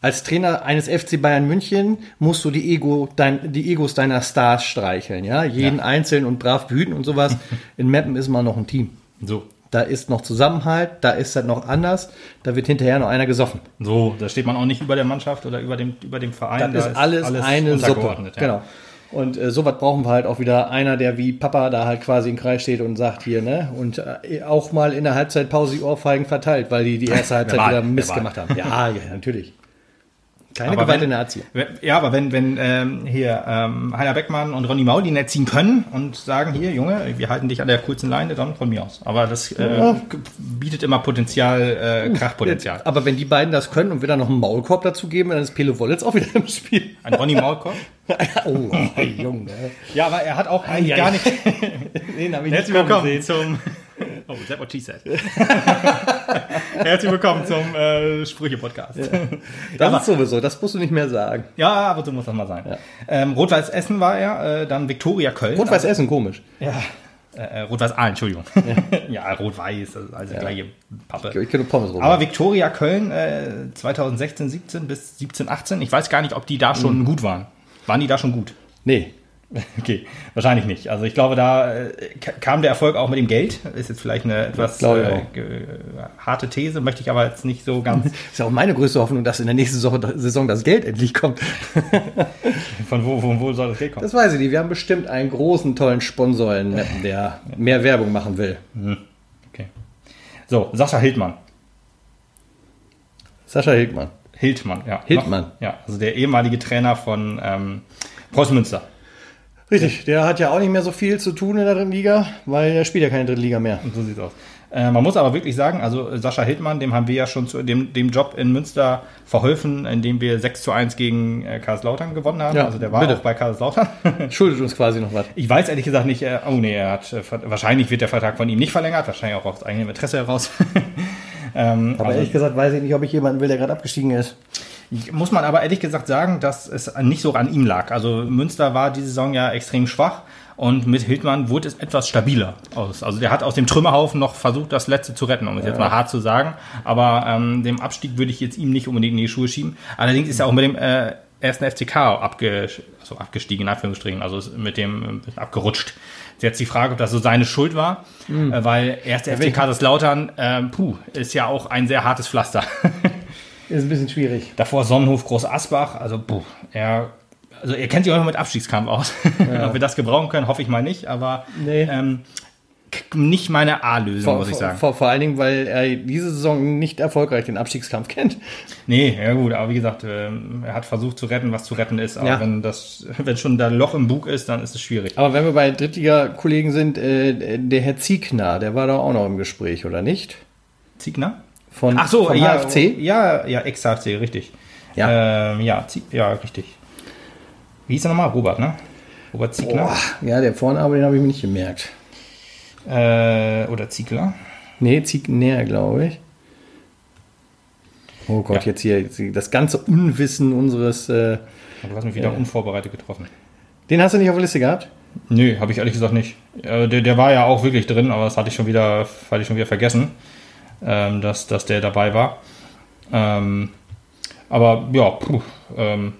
[SPEAKER 3] als Trainer eines FC Bayern München musst du die, Ego, dein, die Egos deiner Stars streicheln, ja? Jeden einzeln und brav behüten und sowas. in Meppen ist man noch ein Team.
[SPEAKER 2] So.
[SPEAKER 3] Da ist noch Zusammenhalt, da ist das noch anders, da wird hinterher noch einer gesoffen.
[SPEAKER 2] So, da steht man auch nicht über der Mannschaft oder über dem, über dem Verein.
[SPEAKER 3] Das
[SPEAKER 2] da
[SPEAKER 3] ist alles, eine Suppe.
[SPEAKER 2] untergeordnet, Ja.
[SPEAKER 3] Genau. Und äh, sowas brauchen wir halt auch wieder. Einer, der wie Papa da halt quasi im Kreis steht und sagt hier, ne? Und äh, auch mal in der Halbzeitpause die Ohrfeigen verteilt, weil die die erste Halbzeit
[SPEAKER 2] Verbal,
[SPEAKER 3] wieder Mist
[SPEAKER 2] verbal.
[SPEAKER 3] gemacht haben. Ja, ja, natürlich. Keine
[SPEAKER 2] Aber
[SPEAKER 3] Gewalt
[SPEAKER 2] wenn-
[SPEAKER 3] in der Erziehung.
[SPEAKER 2] wenn- Ja, aber wenn, wenn ähm, hier ähm, Heiner Beckmann und Ronny Maul die Netz ziehen können und sagen, hier, Junge, wir halten dich an der kurzen Leine, dann von mir aus. Aber das äh, k- bietet immer Potenzial, äh, Krachpotenzial.
[SPEAKER 3] Aber wenn die beiden das können und wir dann noch einen Maulkorb dazu geben, dann ist Pele Wollitz auch wieder im Spiel.
[SPEAKER 2] Ein Ronny Maulkorb.
[SPEAKER 3] oh, Junge.
[SPEAKER 2] Ja, aber er hat auch eigentlich
[SPEAKER 3] Ei, ei.
[SPEAKER 2] gar nicht.
[SPEAKER 3] Den hab
[SPEAKER 2] Herzlich
[SPEAKER 3] ich nicht kommen
[SPEAKER 2] willkommen
[SPEAKER 3] sehen.
[SPEAKER 2] zum. Oh, that what she said. Herzlich willkommen zum äh, Sprüche-Podcast.
[SPEAKER 3] Das ist sowieso, das musst du nicht mehr sagen.
[SPEAKER 2] Ja, aber so muss das mal sein. Ähm, Rot-Weiß Essen war er, äh, dann Viktoria Köln.
[SPEAKER 3] Rot-Weiß Essen, komisch.
[SPEAKER 2] Ja. Äh, äh, Rot-Weiß Aalen, Entschuldigung. Ja, Rot-Weiß, das ist also die gleiche
[SPEAKER 3] Ich,
[SPEAKER 2] Pappe.
[SPEAKER 3] ich kenne Pommes rüber.
[SPEAKER 2] Aber Viktoria Köln äh, Hm. 2016, 17 bis 17, 18, ich weiß gar nicht, ob die da schon gut waren. Waren die da schon gut?
[SPEAKER 3] Nee.
[SPEAKER 2] Okay, wahrscheinlich nicht. Also ich glaube, da äh, ka- kam der Erfolg auch mit dem Geld. Ist jetzt vielleicht eine etwas
[SPEAKER 3] glaube ich
[SPEAKER 2] äh,
[SPEAKER 3] auch.
[SPEAKER 2] ge- harte These, möchte ich aber jetzt nicht so ganz.
[SPEAKER 3] Ist ja auch meine größte Hoffnung, dass in der nächsten Saison, Saison das Geld endlich kommt.
[SPEAKER 2] Von wo, von wo soll das Geld kommen?
[SPEAKER 3] Das weiß ich nicht. Wir haben bestimmt einen großen, tollen Sponsor in Meppen, der mehr Werbung machen will.
[SPEAKER 2] Okay. So, Sascha Hildmann.
[SPEAKER 3] Sascha Hildmann.
[SPEAKER 2] Hildmann, ja.
[SPEAKER 3] Hildmann.
[SPEAKER 2] Ja, also der ehemalige Trainer von ähm, Preußen Münster.
[SPEAKER 3] Richtig, der hat ja auch nicht mehr so viel zu tun in der dritten Liga, weil er spielt ja keine dritte Liga mehr.
[SPEAKER 2] So sieht's aus. Äh, man muss aber wirklich sagen, also äh, Sascha Hildmann, dem haben wir ja schon zu dem, dem Job in Münster verholfen, indem wir 6 zu 1 gegen äh, Karlslautern gewonnen haben.
[SPEAKER 3] Ja,
[SPEAKER 2] also der war
[SPEAKER 3] bitte.
[SPEAKER 2] auch bei Karlslautern.
[SPEAKER 3] Schuldet uns quasi noch was.
[SPEAKER 2] Ich weiß ehrlich gesagt nicht, äh, oh nee, er hat, äh, ver- wahrscheinlich wird der Vertrag von ihm nicht verlängert, wahrscheinlich auch aus eigenem Interesse heraus. ähm,
[SPEAKER 3] Aber
[SPEAKER 2] also-
[SPEAKER 3] ehrlich gesagt weiß ich nicht, ob ich jemanden will, der gerade abgestiegen ist.
[SPEAKER 2] Muss man aber ehrlich gesagt sagen, dass es nicht so an ihm lag. Also Münster war diese Saison ja extrem schwach und mit Hildmann wurde es etwas stabiler aus. Also der hat aus dem Trümmerhaufen noch versucht, das Letzte zu retten, um es jetzt mal hart zu sagen. Aber ähm, dem Abstieg würde ich jetzt ihm nicht unbedingt in die Schuhe schieben. Allerdings ist er auch mit dem äh, ersten FCK abge also abgestiegen, in Anführungsstrichen, also ist mit dem äh, abgerutscht. Ist Jetzt die Frage, ob das so seine Schuld war, äh, weil erst FCK das Lautern, ähm, puh, ist ja auch ein sehr hartes Pflaster.
[SPEAKER 3] Ist ein bisschen schwierig.
[SPEAKER 2] Davor Sonnenhof Groß Asbach, also puh, er, also ihr kennt sich auch noch mit Abstiegskampf aus. Ob wir das gebrauchen können, hoffe ich mal nicht, aber
[SPEAKER 3] Nee.
[SPEAKER 2] ähm, k- nicht meine A-Lösung, muss ich sagen.
[SPEAKER 3] Vor, vor allen Dingen, weil er diese Saison nicht erfolgreich den Abstiegskampf kennt.
[SPEAKER 2] Nee, ja gut, aber wie gesagt, ähm, er hat versucht zu retten, was zu retten ist, aber
[SPEAKER 3] Ja.
[SPEAKER 2] wenn das, wenn schon da ein Loch im Bug ist, dann ist es schwierig.
[SPEAKER 3] Aber wenn wir bei Drittliga-Kollegen sind, äh, der Herr Ziegner, der war da auch noch im Gespräch, oder nicht?
[SPEAKER 2] Ziegner?
[SPEAKER 3] Von,
[SPEAKER 2] ne? Ach so,
[SPEAKER 3] vom
[SPEAKER 2] ja,
[SPEAKER 3] HFC?
[SPEAKER 2] Ja, ja, ex-HFC, richtig.
[SPEAKER 3] Ja.
[SPEAKER 2] ähm, ja, Zieg, ja, richtig. Wie hieß er nochmal? Robert, ne? Robert Ziegner
[SPEAKER 3] Boah, ja, der Vorname, den habe ich mir nicht gemerkt.
[SPEAKER 2] äh, oder Ziegler?
[SPEAKER 3] Nee, Ziegner, glaube ich. Oh Gott,
[SPEAKER 2] Ja.
[SPEAKER 3] jetzt hier jetzt das ganze Unwissen unseres. Äh,
[SPEAKER 2] Du hast mich wieder unvorbereitet getroffen.
[SPEAKER 3] den hast du nicht auf der Liste gehabt?
[SPEAKER 2] Nö, habe ich ehrlich gesagt nicht. Äh, der, der war ja auch wirklich drin, aber das hatte ich schon wieder, hatte ich schon wieder vergessen, ähm, dass, dass der dabei war. Ähm, aber ja, puh, ähm,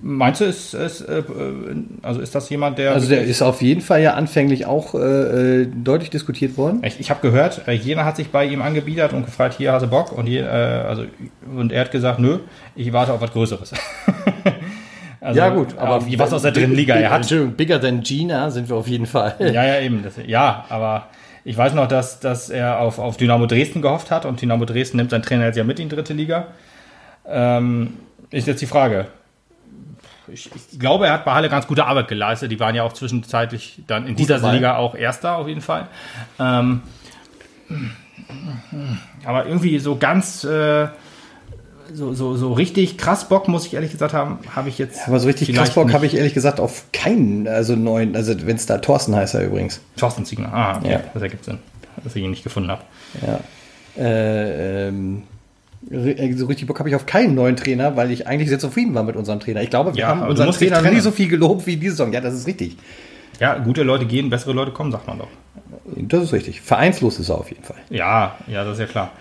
[SPEAKER 2] meinst du, ist, ist, äh, äh, also ist das jemand, der.
[SPEAKER 3] Also der ist auf jeden Fall ja anfänglich auch äh, äh, deutlich diskutiert worden.
[SPEAKER 2] ich ich habe gehört, äh, jener hat sich bei ihm angebiedert und gefragt, hier hast du Bock und, je, äh, also, und er hat gesagt, nö, ich warte auf was Größeres. Also, wie was aus der dritten Liga. Er hat
[SPEAKER 3] Entschuldigung, bigger than Gina sind wir auf jeden Fall.
[SPEAKER 2] Ja, ja, eben. Das, ja, aber ich weiß noch, dass, dass er auf, auf Dynamo Dresden gehofft hat und Dynamo Dresden nimmt seinen Trainer jetzt ja mit in die dritte Liga. Ähm, ist jetzt die Frage. Ich, ich glaube, er hat bei Halle ganz gute Arbeit geleistet. Die waren ja auch zwischenzeitlich dann in dieser
[SPEAKER 3] dabei.
[SPEAKER 2] Liga auch Erster auf jeden Fall. Ähm, aber irgendwie so ganz äh, so, so, so richtig krass Bock, muss ich ehrlich gesagt haben, habe ich jetzt.
[SPEAKER 3] Aber so richtig
[SPEAKER 2] vielleicht
[SPEAKER 3] krass Bock
[SPEAKER 2] nicht.
[SPEAKER 3] habe ich ehrlich gesagt auf keinen, also neuen, also wenn es da Thorsten heißt er übrigens.
[SPEAKER 2] Thorsten Ziegner. Ah, okay.
[SPEAKER 3] Ja.
[SPEAKER 2] das ergibt Sinn, dass ich ihn nicht gefunden habe.
[SPEAKER 3] Ja. Äh, ähm, ri- äh, so richtig Bock habe ich auf keinen neuen Trainer, weil ich eigentlich sehr zufrieden war mit unserem Trainer. Ich glaube, wir
[SPEAKER 2] Ja,
[SPEAKER 3] haben
[SPEAKER 2] aber du
[SPEAKER 3] unseren
[SPEAKER 2] musst dich
[SPEAKER 3] Trainer
[SPEAKER 2] trennen.
[SPEAKER 3] nie so viel gelobt wie diese Saison. Ja, das ist richtig.
[SPEAKER 2] Ja, gute Leute gehen, bessere Leute kommen, sagt man doch.
[SPEAKER 3] Das ist richtig. Vereinslos ist er auf jeden Fall.
[SPEAKER 2] Ja, ja, das ist ja klar.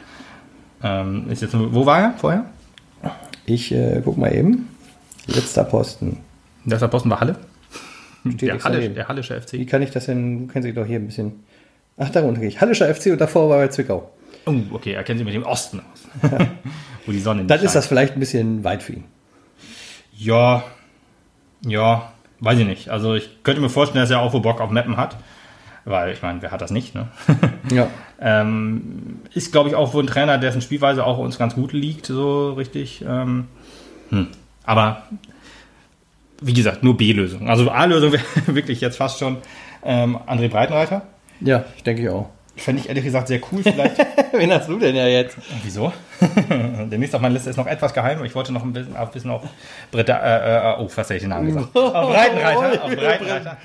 [SPEAKER 2] Ähm, ist jetzt, wo war er vorher?
[SPEAKER 3] Ich äh, guck mal eben. Letzter Posten.
[SPEAKER 2] Das war Boston bei Halle.
[SPEAKER 3] Steht
[SPEAKER 2] Der,
[SPEAKER 3] extra
[SPEAKER 2] Halle
[SPEAKER 3] neben.
[SPEAKER 2] der Hallische
[SPEAKER 3] Wie
[SPEAKER 2] FC.
[SPEAKER 3] kann ich das denn? Können Sie doch hier ein bisschen. Ach, darunter gehe ich. Hallischer FC und davor war bei Zwickau.
[SPEAKER 2] Oh, okay, er kennt sich mit dem Osten aus. wo die Sonne nicht
[SPEAKER 3] Dann ist
[SPEAKER 2] scheint.
[SPEAKER 3] das vielleicht ein bisschen weit für ihn.
[SPEAKER 2] Ja, ja, weiß ich nicht. Also ich könnte mir vorstellen, dass er auch wohl Bock auf Mappen hat. Weil, ich meine, wer hat das nicht, ne?
[SPEAKER 3] Ja.
[SPEAKER 2] Ähm, ist, glaube ich, auch wohl ein Trainer, dessen Spielweise auch uns ganz gut liegt, so richtig. Ähm, hm. Aber wie gesagt, nur B-Lösung. Also A-Lösung wäre wirklich jetzt fast schon ähm, André Breitenreiter.
[SPEAKER 3] Ja, ich denke ich auch.
[SPEAKER 2] Fände ich ehrlich gesagt sehr cool. Vielleicht.
[SPEAKER 3] Wen hast du denn ja jetzt?
[SPEAKER 2] Wieso? Der nächste auf meiner Liste ist noch etwas geheim. Ich wollte noch ein bisschen, ein bisschen auf Britta, äh, äh, oh, fast hätte ich den Namen gesagt. Auf
[SPEAKER 3] Oh,
[SPEAKER 2] Breitenreiter. Auf Breitenreiter.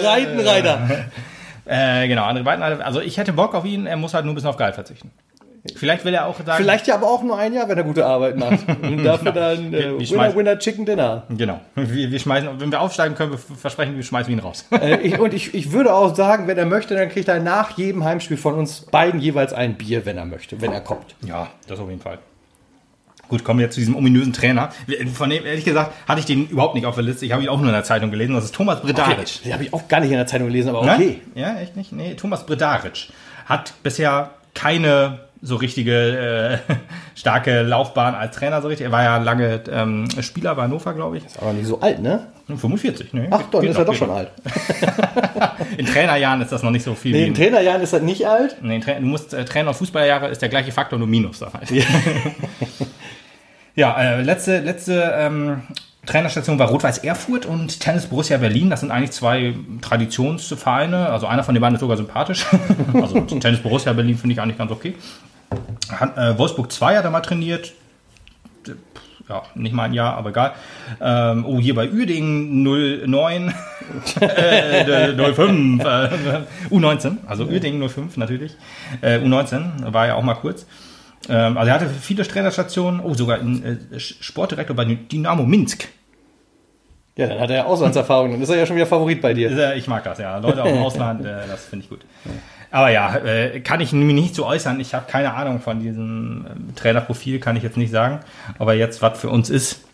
[SPEAKER 3] Breitenreiter.
[SPEAKER 2] Äh, genau, André Breitenreiter. Also ich hätte Bock auf ihn. Er muss halt nur ein bisschen auf Gehalt verzichten. Vielleicht will er auch sagen.
[SPEAKER 3] Vielleicht ja aber auch nur ein Jahr, wenn er gute Arbeit macht. Und dafür dann
[SPEAKER 2] Wir-
[SPEAKER 3] äh,
[SPEAKER 2] wir
[SPEAKER 3] Winner,
[SPEAKER 2] schmeißen-
[SPEAKER 3] Winner, Chicken Dinner.
[SPEAKER 2] Genau. Wir, wir schmeißen, wenn wir aufsteigen können, wir versprechen, wir schmeißen ihn raus.
[SPEAKER 3] Äh, ich, und ich, ich würde auch sagen, wenn er möchte, dann kriegt er nach jedem Heimspiel von uns beiden jeweils ein Bier, wenn er möchte, wenn er kommt.
[SPEAKER 2] Ja, das auf jeden Fall. Gut, kommen wir jetzt zu diesem ominösen Trainer. Von dem, ehrlich gesagt, hatte ich den überhaupt nicht auf der Liste. Ich habe ihn auch nur in der Zeitung gelesen. Das ist Thomas Bredaric.
[SPEAKER 3] Die habe ich auch gar nicht in der Zeitung gelesen, aber okay.
[SPEAKER 2] Nein? Ja, echt nicht? Nee, Thomas Bredaric hat bisher keine so richtige äh, starke Laufbahn als Trainer so richtig. Er war ja lange ähm, Spieler bei Hannover, glaube ich.
[SPEAKER 3] Ist aber nicht so alt, ne?
[SPEAKER 2] 45, ne?
[SPEAKER 3] Ach doch,
[SPEAKER 2] Geht
[SPEAKER 3] ist
[SPEAKER 2] noch,
[SPEAKER 3] er doch
[SPEAKER 2] geht
[SPEAKER 3] schon
[SPEAKER 2] noch.
[SPEAKER 3] alt.
[SPEAKER 2] In Trainerjahren ist das noch nicht so viel.
[SPEAKER 3] Nee,
[SPEAKER 2] wie in-
[SPEAKER 3] in Trainerjahren ist er nicht alt.
[SPEAKER 2] Nee, Tra- du musst äh, Trainer und Fußballerjahre ist der gleiche Faktor, nur Minus da halt. Ja, äh, letzte, letzte ähm, Trainerstation war Rot-Weiß Erfurt und Tennis Borussia Berlin. Das sind eigentlich zwei Traditionsvereine. Also einer von den beiden ist sogar sympathisch. also Tennis Borussia Berlin finde ich eigentlich ganz okay. Hat, äh, Wolfsburg 2 hat er mal trainiert. Äh, Ja, nicht mal ein Jahr, aber egal. Ähm, oh, hier bei Uerdingen 09, äh, 05, äh, U19, also Uerdingen 05 natürlich. Äh, U19 war ja auch mal kurz. Ähm, also er hatte viele Trainerstationen, oh, sogar ein, äh, Sportdirektor bei Dynamo Minsk.
[SPEAKER 3] Ja, dann hat er ja Auslandserfahrung, dann ist er ja schon wieder Favorit bei dir.
[SPEAKER 2] Ist, äh, Ich mag das, ja. Leute aus dem Ausland, äh, das finde ich gut. Aber ja, äh, kann ich mich nicht so äußern. Ich habe keine Ahnung von diesem ähm, Trainerprofil, kann ich jetzt nicht sagen. Aber jetzt, was für uns ist.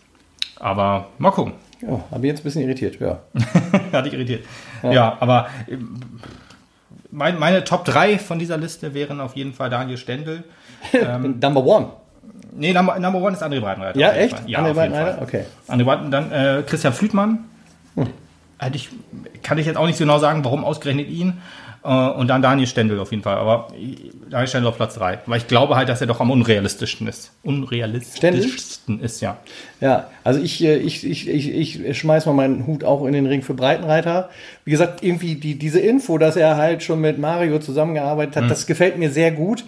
[SPEAKER 2] Aber mal gucken.
[SPEAKER 3] Ja, habe ich jetzt ein bisschen irritiert, ja.
[SPEAKER 2] Hat dich irritiert. Ja, aber ähm, mein, meine Top 3 von dieser Liste wären auf jeden Fall Daniel Stendel.
[SPEAKER 3] Number one.
[SPEAKER 2] Nee, Number, Number One ist André Breitenreiter.
[SPEAKER 3] Ja,
[SPEAKER 2] auf jeden
[SPEAKER 3] echt?
[SPEAKER 2] Fall. Ja,
[SPEAKER 3] André
[SPEAKER 2] auf jeden
[SPEAKER 3] Breitenreiter?
[SPEAKER 2] Fall.
[SPEAKER 3] Okay. Hm.
[SPEAKER 2] André Breiten, dann äh, Christian Flütmann. Hätte ich, kann ich jetzt auch nicht so genau sagen, warum ausgerechnet ihn. Äh, und dann Daniel Stendel auf jeden Fall. Aber äh, Daniel Stendel auf Platz 3. Weil ich glaube halt, dass er doch am unrealistischsten ist. Unrealistischsten ist, ja.
[SPEAKER 3] Ja, also ich, äh, ich, ich, ich, ich schmeiß mal meinen Hut auch in den Ring für Breitenreiter. Wie gesagt, irgendwie die, diese Info, dass er halt schon mit Mario zusammengearbeitet hat, das gefällt mir sehr gut.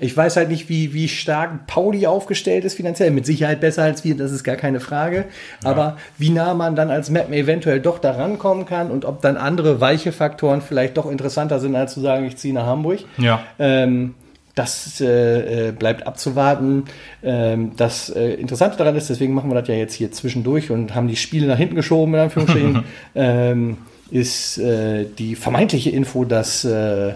[SPEAKER 3] Ich weiß halt nicht, wie, wie stark Pauli aufgestellt ist finanziell. Mit Sicherheit besser als wir, das ist gar keine Frage. Aber wie nah man dann als Mappen eventuell doch da rankommen kann und ob dann andere weiche Faktoren vielleicht doch interessanter sind, als zu sagen, ich ziehe nach Hamburg.
[SPEAKER 2] Ja.
[SPEAKER 3] Ähm, das äh, äh, bleibt abzuwarten. Ähm, das äh, Interessante daran ist, deswegen machen wir das ja jetzt hier zwischendurch und haben die Spiele nach hinten geschoben, in Anführungsstrichen, ähm, ist äh, die vermeintliche Info, dass äh,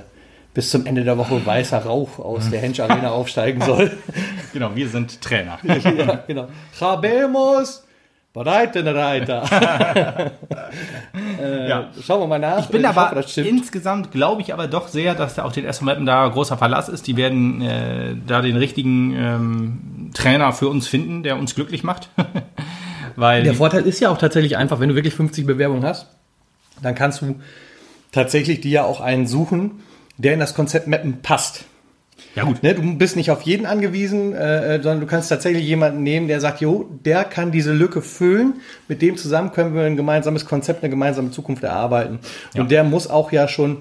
[SPEAKER 3] bis zum Ende der Woche weißer Rauch aus der Hensch Arena aufsteigen soll.
[SPEAKER 2] Genau, wir sind Trainer.
[SPEAKER 3] ja, genau. Habemos Breitenreiter.
[SPEAKER 2] ja.
[SPEAKER 3] Schauen wir mal nach.
[SPEAKER 2] Ich bin
[SPEAKER 3] hoffe,
[SPEAKER 2] aber
[SPEAKER 3] das stimmt.
[SPEAKER 2] insgesamt glaube ich aber doch sehr, dass da auf den SV Mappen da großer Verlass ist. Die werden äh, da den richtigen ähm, Trainer für uns finden, der uns glücklich macht. Weil
[SPEAKER 3] Der
[SPEAKER 2] die-
[SPEAKER 3] Vorteil ist ja auch tatsächlich einfach, wenn du wirklich 50 Bewerbungen hast, dann kannst du tatsächlich dir ja auch einen suchen, der in das Konzept Mappen passt.
[SPEAKER 2] ja gut,
[SPEAKER 3] Ne, du bist nicht auf jeden angewiesen, äh, äh, sondern du kannst tatsächlich jemanden nehmen, der sagt, jo, der kann diese Lücke füllen, mit dem zusammen können wir ein gemeinsames Konzept, eine gemeinsame Zukunft erarbeiten. Und der muss auch ja schon,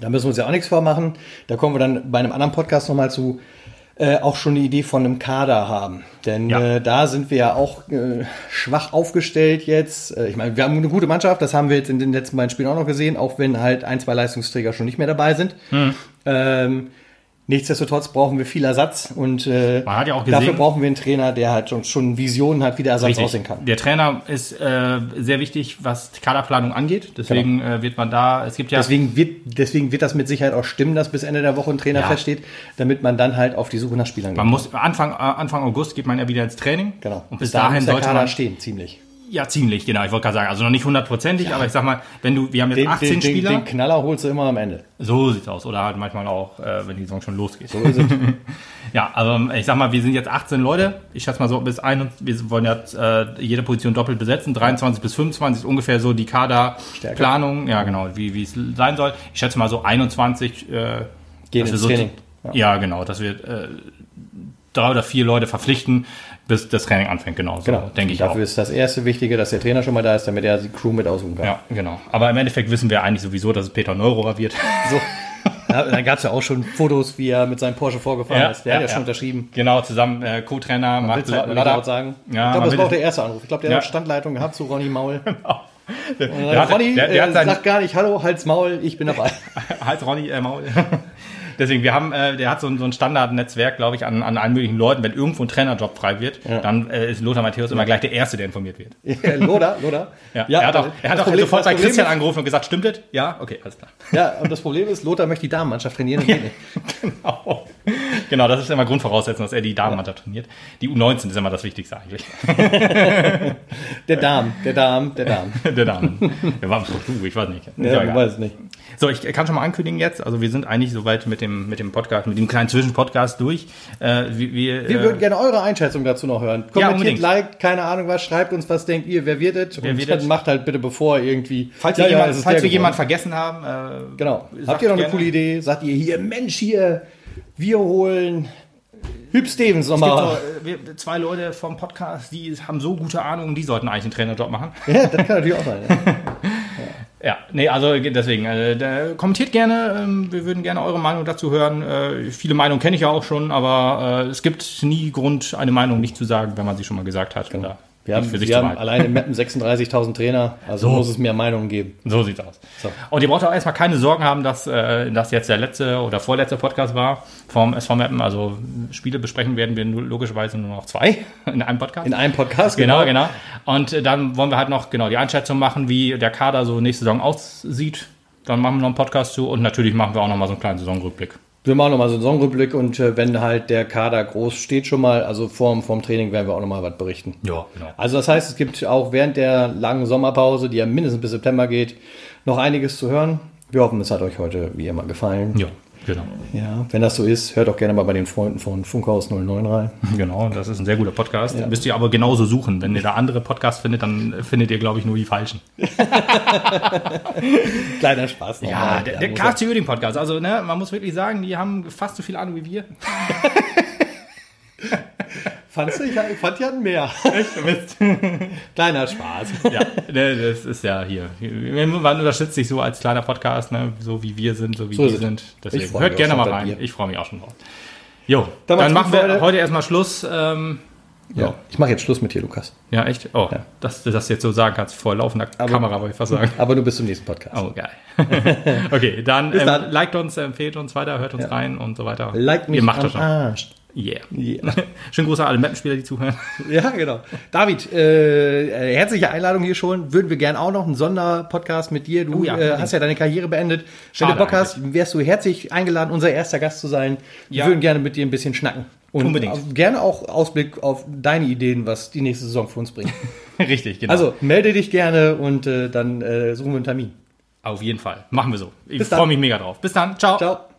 [SPEAKER 3] da müssen wir uns ja auch nichts vormachen, da kommen wir dann bei einem anderen Podcast nochmal zu, äh, auch schon eine Idee von einem Kader haben. Denn
[SPEAKER 2] Ja.
[SPEAKER 3] äh, da sind wir ja auch äh, schwach aufgestellt jetzt. Äh, ich meine, wir haben eine gute Mannschaft, das haben wir jetzt in den letzten beiden Spielen auch noch gesehen, auch wenn halt ein, zwei Leistungsträger schon nicht mehr dabei sind. Ähm, nichtsdestotrotz brauchen wir viel Ersatz und äh,
[SPEAKER 2] Man hat ja auch
[SPEAKER 3] dafür
[SPEAKER 2] gesehen-
[SPEAKER 3] brauchen wir einen Trainer, der halt schon, schon Visionen hat, wie der Ersatz
[SPEAKER 2] Richtig.
[SPEAKER 3] aussehen kann.
[SPEAKER 2] Der Trainer ist äh, sehr wichtig, was die Kaderplanung angeht. Deswegen äh, wird man da, es gibt ja
[SPEAKER 3] Genau. Deswegen wird, deswegen wird das mit Sicherheit auch stimmen, dass bis Ende der Woche ein Trainer
[SPEAKER 2] Ja.
[SPEAKER 3] feststeht, damit man dann halt auf die Suche nach Spielern
[SPEAKER 2] man muss Anfang, äh, Anfang August geht man ja wieder ins Training.
[SPEAKER 3] Genau.
[SPEAKER 2] Und bis
[SPEAKER 3] Da
[SPEAKER 2] dahin
[SPEAKER 3] muss der
[SPEAKER 2] sollte
[SPEAKER 3] Kader
[SPEAKER 2] man
[SPEAKER 3] stehen, ziemlich.
[SPEAKER 2] ja ziemlich genau. Ich wollte gerade sagen, also noch nicht hundertprozentig, aber ich sag mal, wenn du, wir haben jetzt 18
[SPEAKER 3] den,
[SPEAKER 2] Spieler.
[SPEAKER 3] Den, den Knaller holst du immer am Ende.
[SPEAKER 2] So sieht's aus. Oder halt manchmal auch, äh, wenn die Saison schon losgeht. So ist es. ja, also ich sag mal, wir sind jetzt 18 Leute. Ich schätze mal so bis ein, wir wollen jetzt äh, jede Position doppelt besetzen. 23 bis 25 ist ungefähr so die Kaderplanung. Ja, genau, wie wie es sein soll. Ich schätze mal so 21. Äh,
[SPEAKER 3] Gehen
[SPEAKER 2] dass wir
[SPEAKER 3] ins
[SPEAKER 2] so,
[SPEAKER 3] Training.
[SPEAKER 2] Ja. genau, dass wir äh, drei oder vier Leute verpflichten, bis das Training anfängt. Genau, so
[SPEAKER 3] Genau.
[SPEAKER 2] denke ich auch.
[SPEAKER 3] Dafür ist das erste Wichtige, dass der Trainer schon mal da ist, damit er die Crew mit aussuchen kann.
[SPEAKER 2] Ja, genau. Aber im Endeffekt wissen wir eigentlich sowieso, dass es Peter Neurohrer wird.
[SPEAKER 3] So. Ja, dann gab es ja auch schon Fotos, wie er mit seinem Porsche vorgefahren
[SPEAKER 2] Ja,
[SPEAKER 3] ist. Der
[SPEAKER 2] ja,
[SPEAKER 3] hat ja,
[SPEAKER 2] ja.
[SPEAKER 3] schon unterschrieben.
[SPEAKER 2] Genau, zusammen äh, Co-Trainer,
[SPEAKER 3] Willst du halt mal laut sagen?
[SPEAKER 2] Ja,
[SPEAKER 3] ich glaube,
[SPEAKER 2] man
[SPEAKER 3] das war
[SPEAKER 2] will-
[SPEAKER 3] auch der erste Anruf. Ich glaube, der
[SPEAKER 2] Ja.
[SPEAKER 3] hat Standleitung gehabt zu Ronny Maul.
[SPEAKER 2] Der hat,
[SPEAKER 3] Ronny
[SPEAKER 2] der, der
[SPEAKER 3] äh,
[SPEAKER 2] hat sein,
[SPEAKER 3] sagt gar nicht, hallo, halt's Maul, ich bin dabei.
[SPEAKER 2] halt Ronny äh, Maul. Deswegen, wir haben, äh, der hat so ein, so ein Standardnetzwerk, glaube ich, an, an allen möglichen Leuten. Wenn irgendwo ein Trainerjob frei wird, dann äh, ist Lothar Matthäus immer gleich der Erste, der informiert wird.
[SPEAKER 3] Loder, Loder.
[SPEAKER 2] Ja, er hat auch, er hat
[SPEAKER 3] das
[SPEAKER 2] auch
[SPEAKER 3] Problem-
[SPEAKER 2] sofort
[SPEAKER 3] das
[SPEAKER 2] bei
[SPEAKER 3] Problem
[SPEAKER 2] Christian
[SPEAKER 3] ist-
[SPEAKER 2] angerufen und gesagt, stimmt das? Ja, okay, alles klar.
[SPEAKER 3] Ja, und das Problem ist, Lothar möchte die Damenmannschaft trainieren. und geht nicht.
[SPEAKER 2] Genau. genau, das ist immer Grundvoraussetzung, dass er die Damenmannschaft trainiert. Die U19 ist immer das Wichtigste eigentlich.
[SPEAKER 3] Der Darm, der Darm, der Darm.
[SPEAKER 2] Der Damen. Der war du, ich weiß nicht. Ist ja
[SPEAKER 3] Ja, du
[SPEAKER 2] egal.
[SPEAKER 3] weißt nicht.
[SPEAKER 2] So, ich kann schon mal ankündigen jetzt. Also wir sind eigentlich soweit mit dem, mit dem Podcast, mit dem kleinen Zwischenpodcast durch. Äh, wir wir,
[SPEAKER 3] Wir
[SPEAKER 2] äh,
[SPEAKER 3] würden gerne eure Einschätzung dazu noch hören.
[SPEAKER 2] Ja,
[SPEAKER 3] Kommentiert,
[SPEAKER 2] unbedingt.
[SPEAKER 3] liked, keine Ahnung was, schreibt uns, was denkt ihr, wer wird es?
[SPEAKER 2] Wer
[SPEAKER 3] Und
[SPEAKER 2] wird
[SPEAKER 3] dann
[SPEAKER 2] es?
[SPEAKER 3] macht halt bitte bevor irgendwie.
[SPEAKER 2] falls
[SPEAKER 3] Ja,
[SPEAKER 2] wir,
[SPEAKER 3] ja,
[SPEAKER 2] jemand,
[SPEAKER 3] es ist
[SPEAKER 2] falls
[SPEAKER 3] der
[SPEAKER 2] wir
[SPEAKER 3] geworden.
[SPEAKER 2] jemanden vergessen haben, äh,
[SPEAKER 3] Genau.
[SPEAKER 2] Sagt
[SPEAKER 3] Habt ihr noch eine
[SPEAKER 2] gerne.
[SPEAKER 3] coole Idee? Sagt ihr hier, Mensch, hier, wir holen Hüb Stevens nochmal.
[SPEAKER 2] Gibt so, äh, wir, zwei Leute vom Podcast, die haben so gute Ahnung, die sollten eigentlich einen Trainerjob machen.
[SPEAKER 3] Ja, das kann natürlich auch sein. ja.
[SPEAKER 2] Ja, nee, also deswegen, äh, da, kommentiert gerne, ähm, wir würden gerne eure Meinung dazu hören. Äh, viele Meinungen kenne ich ja auch schon, aber äh, es gibt nie Grund, eine Meinung nicht zu sagen, wenn man sie schon mal gesagt hat. Oder
[SPEAKER 3] Genau. Wir
[SPEAKER 2] nicht
[SPEAKER 3] haben,
[SPEAKER 2] für sich
[SPEAKER 3] wir
[SPEAKER 2] zu
[SPEAKER 3] haben
[SPEAKER 2] behalten.
[SPEAKER 3] allein in Mappen 36.000 Trainer, also muss es mehr Meinungen geben.
[SPEAKER 2] So sieht's aus.
[SPEAKER 3] So.
[SPEAKER 2] Und ihr braucht auch erstmal keine Sorgen haben, dass äh, das jetzt der letzte oder vorletzte Podcast war vom SV Mappen. Also Spiele besprechen werden wir nur, logischerweise nur noch zwei in einem Podcast.
[SPEAKER 3] In einem Podcast,
[SPEAKER 2] Genau, genau. Und äh, dann wollen wir halt noch genau die Einschätzung machen, wie der Kader so nächste Saison aussieht. Dann machen wir noch einen Podcast zu und natürlich machen wir auch noch mal so einen kleinen Saisonrückblick.
[SPEAKER 3] Wir machen nochmal so einen Saisonrückblick und äh, wenn halt der Kader groß steht schon mal, also vorm, vorm Training werden wir auch nochmal was berichten.
[SPEAKER 2] Ja, genau.
[SPEAKER 3] Also das heißt, es gibt auch während der langen Sommerpause, die ja mindestens bis September geht, noch einiges zu hören. Wir hoffen, es hat euch heute wie immer gefallen.
[SPEAKER 2] Ja, genau.
[SPEAKER 3] Ja, wenn das so ist, hört auch gerne mal bei den Freunden von Funkhaus 09 rein.
[SPEAKER 2] Genau, das ist ein sehr guter Podcast. Müsst ihr aber genauso suchen. Wenn ihr da andere Podcasts findet, dann findet ihr, glaube ich, nur die falschen.
[SPEAKER 3] Kleiner Spaß.
[SPEAKER 2] Ja,
[SPEAKER 3] nochmal.
[SPEAKER 2] Ah, der,
[SPEAKER 3] Ja,
[SPEAKER 2] der
[SPEAKER 3] muss
[SPEAKER 2] KSC Uerdingen Podcast. Also, ne, man muss wirklich sagen, die haben fast so viel Ahnung wie wir.
[SPEAKER 3] er- Fandst du? Ich ich fand, die hatten mehr.
[SPEAKER 2] Mist.
[SPEAKER 3] Kleiner Spaß.
[SPEAKER 2] ja, ne, das ist ja hier. Man unterstützt sich so als kleiner Podcast, ne, so wie wir sind, so wie
[SPEAKER 3] So
[SPEAKER 2] die
[SPEAKER 3] ist es.
[SPEAKER 2] sind.
[SPEAKER 3] Ich
[SPEAKER 2] Deswegen
[SPEAKER 3] freu
[SPEAKER 2] hört
[SPEAKER 3] mich
[SPEAKER 2] gerne
[SPEAKER 3] auch
[SPEAKER 2] mal
[SPEAKER 3] schon bei
[SPEAKER 2] rein.
[SPEAKER 3] dir.
[SPEAKER 2] Ich freue mich auch schon drauf. Jo, dann,
[SPEAKER 3] Dann macht's
[SPEAKER 2] machen
[SPEAKER 3] gut,
[SPEAKER 2] wir
[SPEAKER 3] Leute.
[SPEAKER 2] heute erstmal Schluss. Ähm,
[SPEAKER 3] Ja, ich mache jetzt Schluss mit dir, Lukas.
[SPEAKER 2] ja, echt? Oh, dass du das jetzt so sagen kannst, vor laufender Kamera, wollte ich fast sagen.
[SPEAKER 3] Aber nur bis zum nächsten Podcast.
[SPEAKER 2] Oh, geil. okay, dann, ähm,
[SPEAKER 3] dann.
[SPEAKER 2] liked uns, empfehlt uns weiter, hört uns rein und so weiter.
[SPEAKER 3] Like mich
[SPEAKER 2] Ihr macht
[SPEAKER 3] am
[SPEAKER 2] das schon.
[SPEAKER 3] Arsch.
[SPEAKER 2] Yeah.
[SPEAKER 3] Yeah.
[SPEAKER 2] Schönen Gruß an alle Mappenspieler, die zuhören.
[SPEAKER 3] Ja, genau. David, äh, äh, herzliche Einladung hier schon. Würden wir gern auch noch einen Sonderpodcast mit dir. Du
[SPEAKER 2] Oh ja,
[SPEAKER 3] äh, hast ja deine Karriere beendet. Wenn
[SPEAKER 2] Schade
[SPEAKER 3] du Bock hast, wärst du herzlich eingeladen, unser erster Gast zu sein. Wir
[SPEAKER 2] Ja.
[SPEAKER 3] würden gerne mit dir ein bisschen schnacken. Und
[SPEAKER 2] Unbedingt.
[SPEAKER 3] auch Gerne auch Ausblick auf deine Ideen, was die nächste Saison für uns bringt.
[SPEAKER 2] Richtig, genau.
[SPEAKER 3] Also melde dich gerne und äh, dann äh, suchen wir einen Termin.
[SPEAKER 2] Auf jeden Fall. Machen wir so. Ich
[SPEAKER 3] Bis dann.
[SPEAKER 2] freue mich mega drauf. Bis dann. Ciao.
[SPEAKER 3] Ciao.